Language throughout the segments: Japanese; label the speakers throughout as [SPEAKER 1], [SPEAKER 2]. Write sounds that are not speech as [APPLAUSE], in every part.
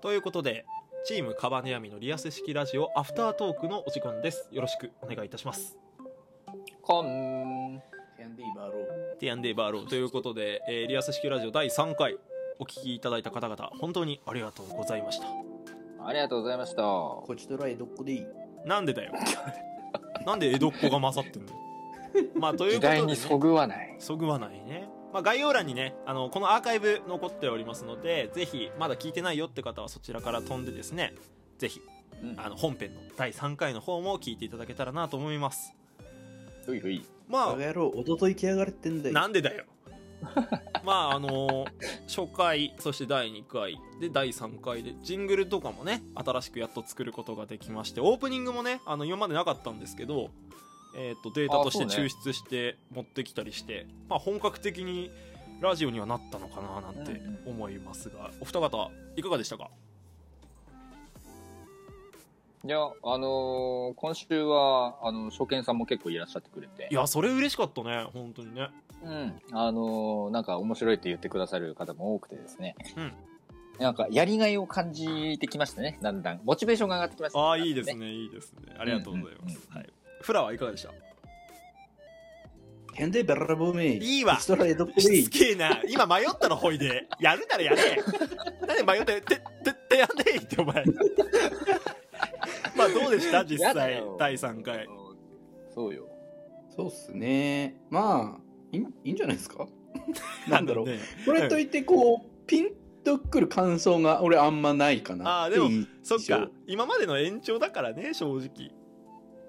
[SPEAKER 1] ということで、チームカバネヤミのリアス式ラジオアフタートークのお時間です。よろしくお願いいたします。
[SPEAKER 2] こん。
[SPEAKER 3] キャンディーバーロー。
[SPEAKER 1] ティアンデーバーローということで、えーリアス式ラジオ第3回お聞きいただいた方々本当にありがとうございました
[SPEAKER 2] ありがとうございました。
[SPEAKER 3] こちとら江戸っ子でいい。
[SPEAKER 1] なんでだ [LAUGHS] よなんで江戸っ子が勝ってんのまあという
[SPEAKER 2] 時
[SPEAKER 1] ことで、ね、
[SPEAKER 2] 代にそぐわない。
[SPEAKER 1] そぐわないね、まあ、概要欄にねあのこのアーカイブ残っておりますのでぜひまだ聞いてないよって方はそちらから飛んでですねぜひ
[SPEAKER 2] うん
[SPEAKER 1] あの本編の第3回の方も聞いていただけたらなと思います
[SPEAKER 2] ふいふい。
[SPEAKER 1] ま
[SPEAKER 3] バ
[SPEAKER 1] あ
[SPEAKER 3] カ野郎、おととい来やがれってんだよ。
[SPEAKER 1] なんでだよまああの初回そして第2回で第3回でジングルとかもね新しくやっと作ることができましてオープニングもねあの今までなかったんですけど、えー、とデータとして
[SPEAKER 2] あそうね
[SPEAKER 1] 抽出して持ってきたりして、まあ、本格的にラジオにはなったのかななんて思いますが、お二方いかがでしたか
[SPEAKER 2] いや、あのー今週は、あの、初見さんも結構いらっしゃってくれて
[SPEAKER 1] い。やそれ嬉しかったね本当にね
[SPEAKER 2] うん。あのーなんか面白いって言ってくださる方も多くてですね。
[SPEAKER 1] うん
[SPEAKER 2] なんか、やりがいを感じてきましたね、だんだん。モチベーションが上がってきました
[SPEAKER 1] ああいいです。ねいいですねありがとうございます、
[SPEAKER 2] うんうんうん
[SPEAKER 1] はい、フラはいかがでした
[SPEAKER 3] キャンディーバーローめ。
[SPEAKER 1] いいわ
[SPEAKER 3] こちとら江戸っ子でい
[SPEAKER 1] しつ。
[SPEAKER 3] い
[SPEAKER 1] けえな今迷ったのほいでやるならやれなんで迷っててててやんねえってお前 [LAUGHS] まあどうでした実
[SPEAKER 2] やだ
[SPEAKER 1] 際
[SPEAKER 2] よ
[SPEAKER 1] 第3回。
[SPEAKER 2] そうよ。
[SPEAKER 3] そうっすね。まあ、いいいいんじゃないで
[SPEAKER 1] [LAUGHS]
[SPEAKER 3] すかなんだろう。
[SPEAKER 1] ね
[SPEAKER 3] これといって、こう、ピンとくる感想が俺あんまないかな。
[SPEAKER 1] あーでも
[SPEAKER 3] っていう
[SPEAKER 1] そっ
[SPEAKER 3] 一
[SPEAKER 1] か
[SPEAKER 3] 応
[SPEAKER 1] 今までの延長だからね正直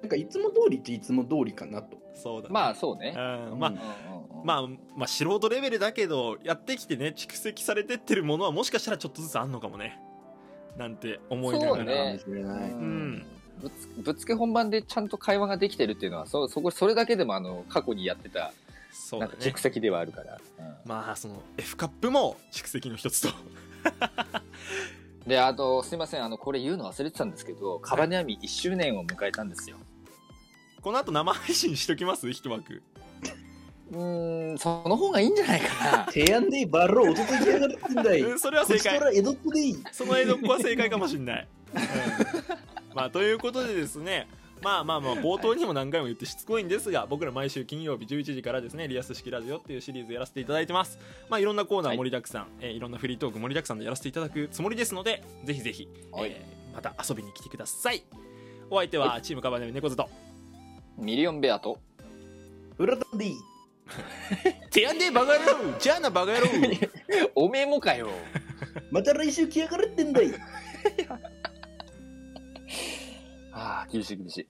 [SPEAKER 3] なんかいつも通りっていつも通りかなと。
[SPEAKER 1] そうだ、ね、
[SPEAKER 2] まあ、そうね。
[SPEAKER 1] あまあ
[SPEAKER 3] うん
[SPEAKER 1] まあ、まあ素人レベルだけどやってきてね蓄積されてってるものはもしかしたらちょっとずつあんのかもねなんて思いなが
[SPEAKER 2] そ
[SPEAKER 1] ら
[SPEAKER 2] うね
[SPEAKER 3] かもしれない。
[SPEAKER 1] ん
[SPEAKER 2] ぶつぶつけ本番でちゃんと会話ができてるっていうのはそそこそれだけでもあの過去にやってた
[SPEAKER 1] そう
[SPEAKER 2] な
[SPEAKER 1] だ
[SPEAKER 2] んか
[SPEAKER 1] ね
[SPEAKER 2] 蓄積ではあるから、
[SPEAKER 1] まあその F カップも蓄積の一つと
[SPEAKER 2] うんであとすいませんあのこれ言うの忘れてたんですけどカバネアミ1周年を迎えたんですよ
[SPEAKER 1] この後生配信しときます一枠
[SPEAKER 2] うーんその方がいいんじゃないか [LAUGHS]
[SPEAKER 3] テヤンディーバーロー、おととい来やがれってんだ
[SPEAKER 1] う
[SPEAKER 3] よ
[SPEAKER 1] ん。それは
[SPEAKER 3] こ
[SPEAKER 1] [LAUGHS] 正
[SPEAKER 3] ちと
[SPEAKER 1] 解
[SPEAKER 3] ら江戸っ子でいい。
[SPEAKER 1] その江戸っ子は正解かもしんない。うんまあということでですねまあまあまあ冒頭にも何回も言ってしつこいんですが僕ら毎週金曜日11時からですねリアス式ラジオっていうシリーズやらせていただいてますまあいろんなコーナー盛りだくさん、いえーいろんなフリートーク盛りだくさんでやらせていただくつもりですのでぜひぜひ、
[SPEAKER 2] な、はい
[SPEAKER 1] えーまた遊びに来てくださいお相手はチームカバネミ猫ずと
[SPEAKER 2] ミリオンベアと
[SPEAKER 3] 裏とでいい。
[SPEAKER 1] 「てやんでバカ野郎 [LAUGHS] じゃあなバカ野郎」
[SPEAKER 2] [LAUGHS] おめえもかよ
[SPEAKER 3] また来週来やがれってんだい。
[SPEAKER 2] [LAUGHS] ああ厳しい厳しい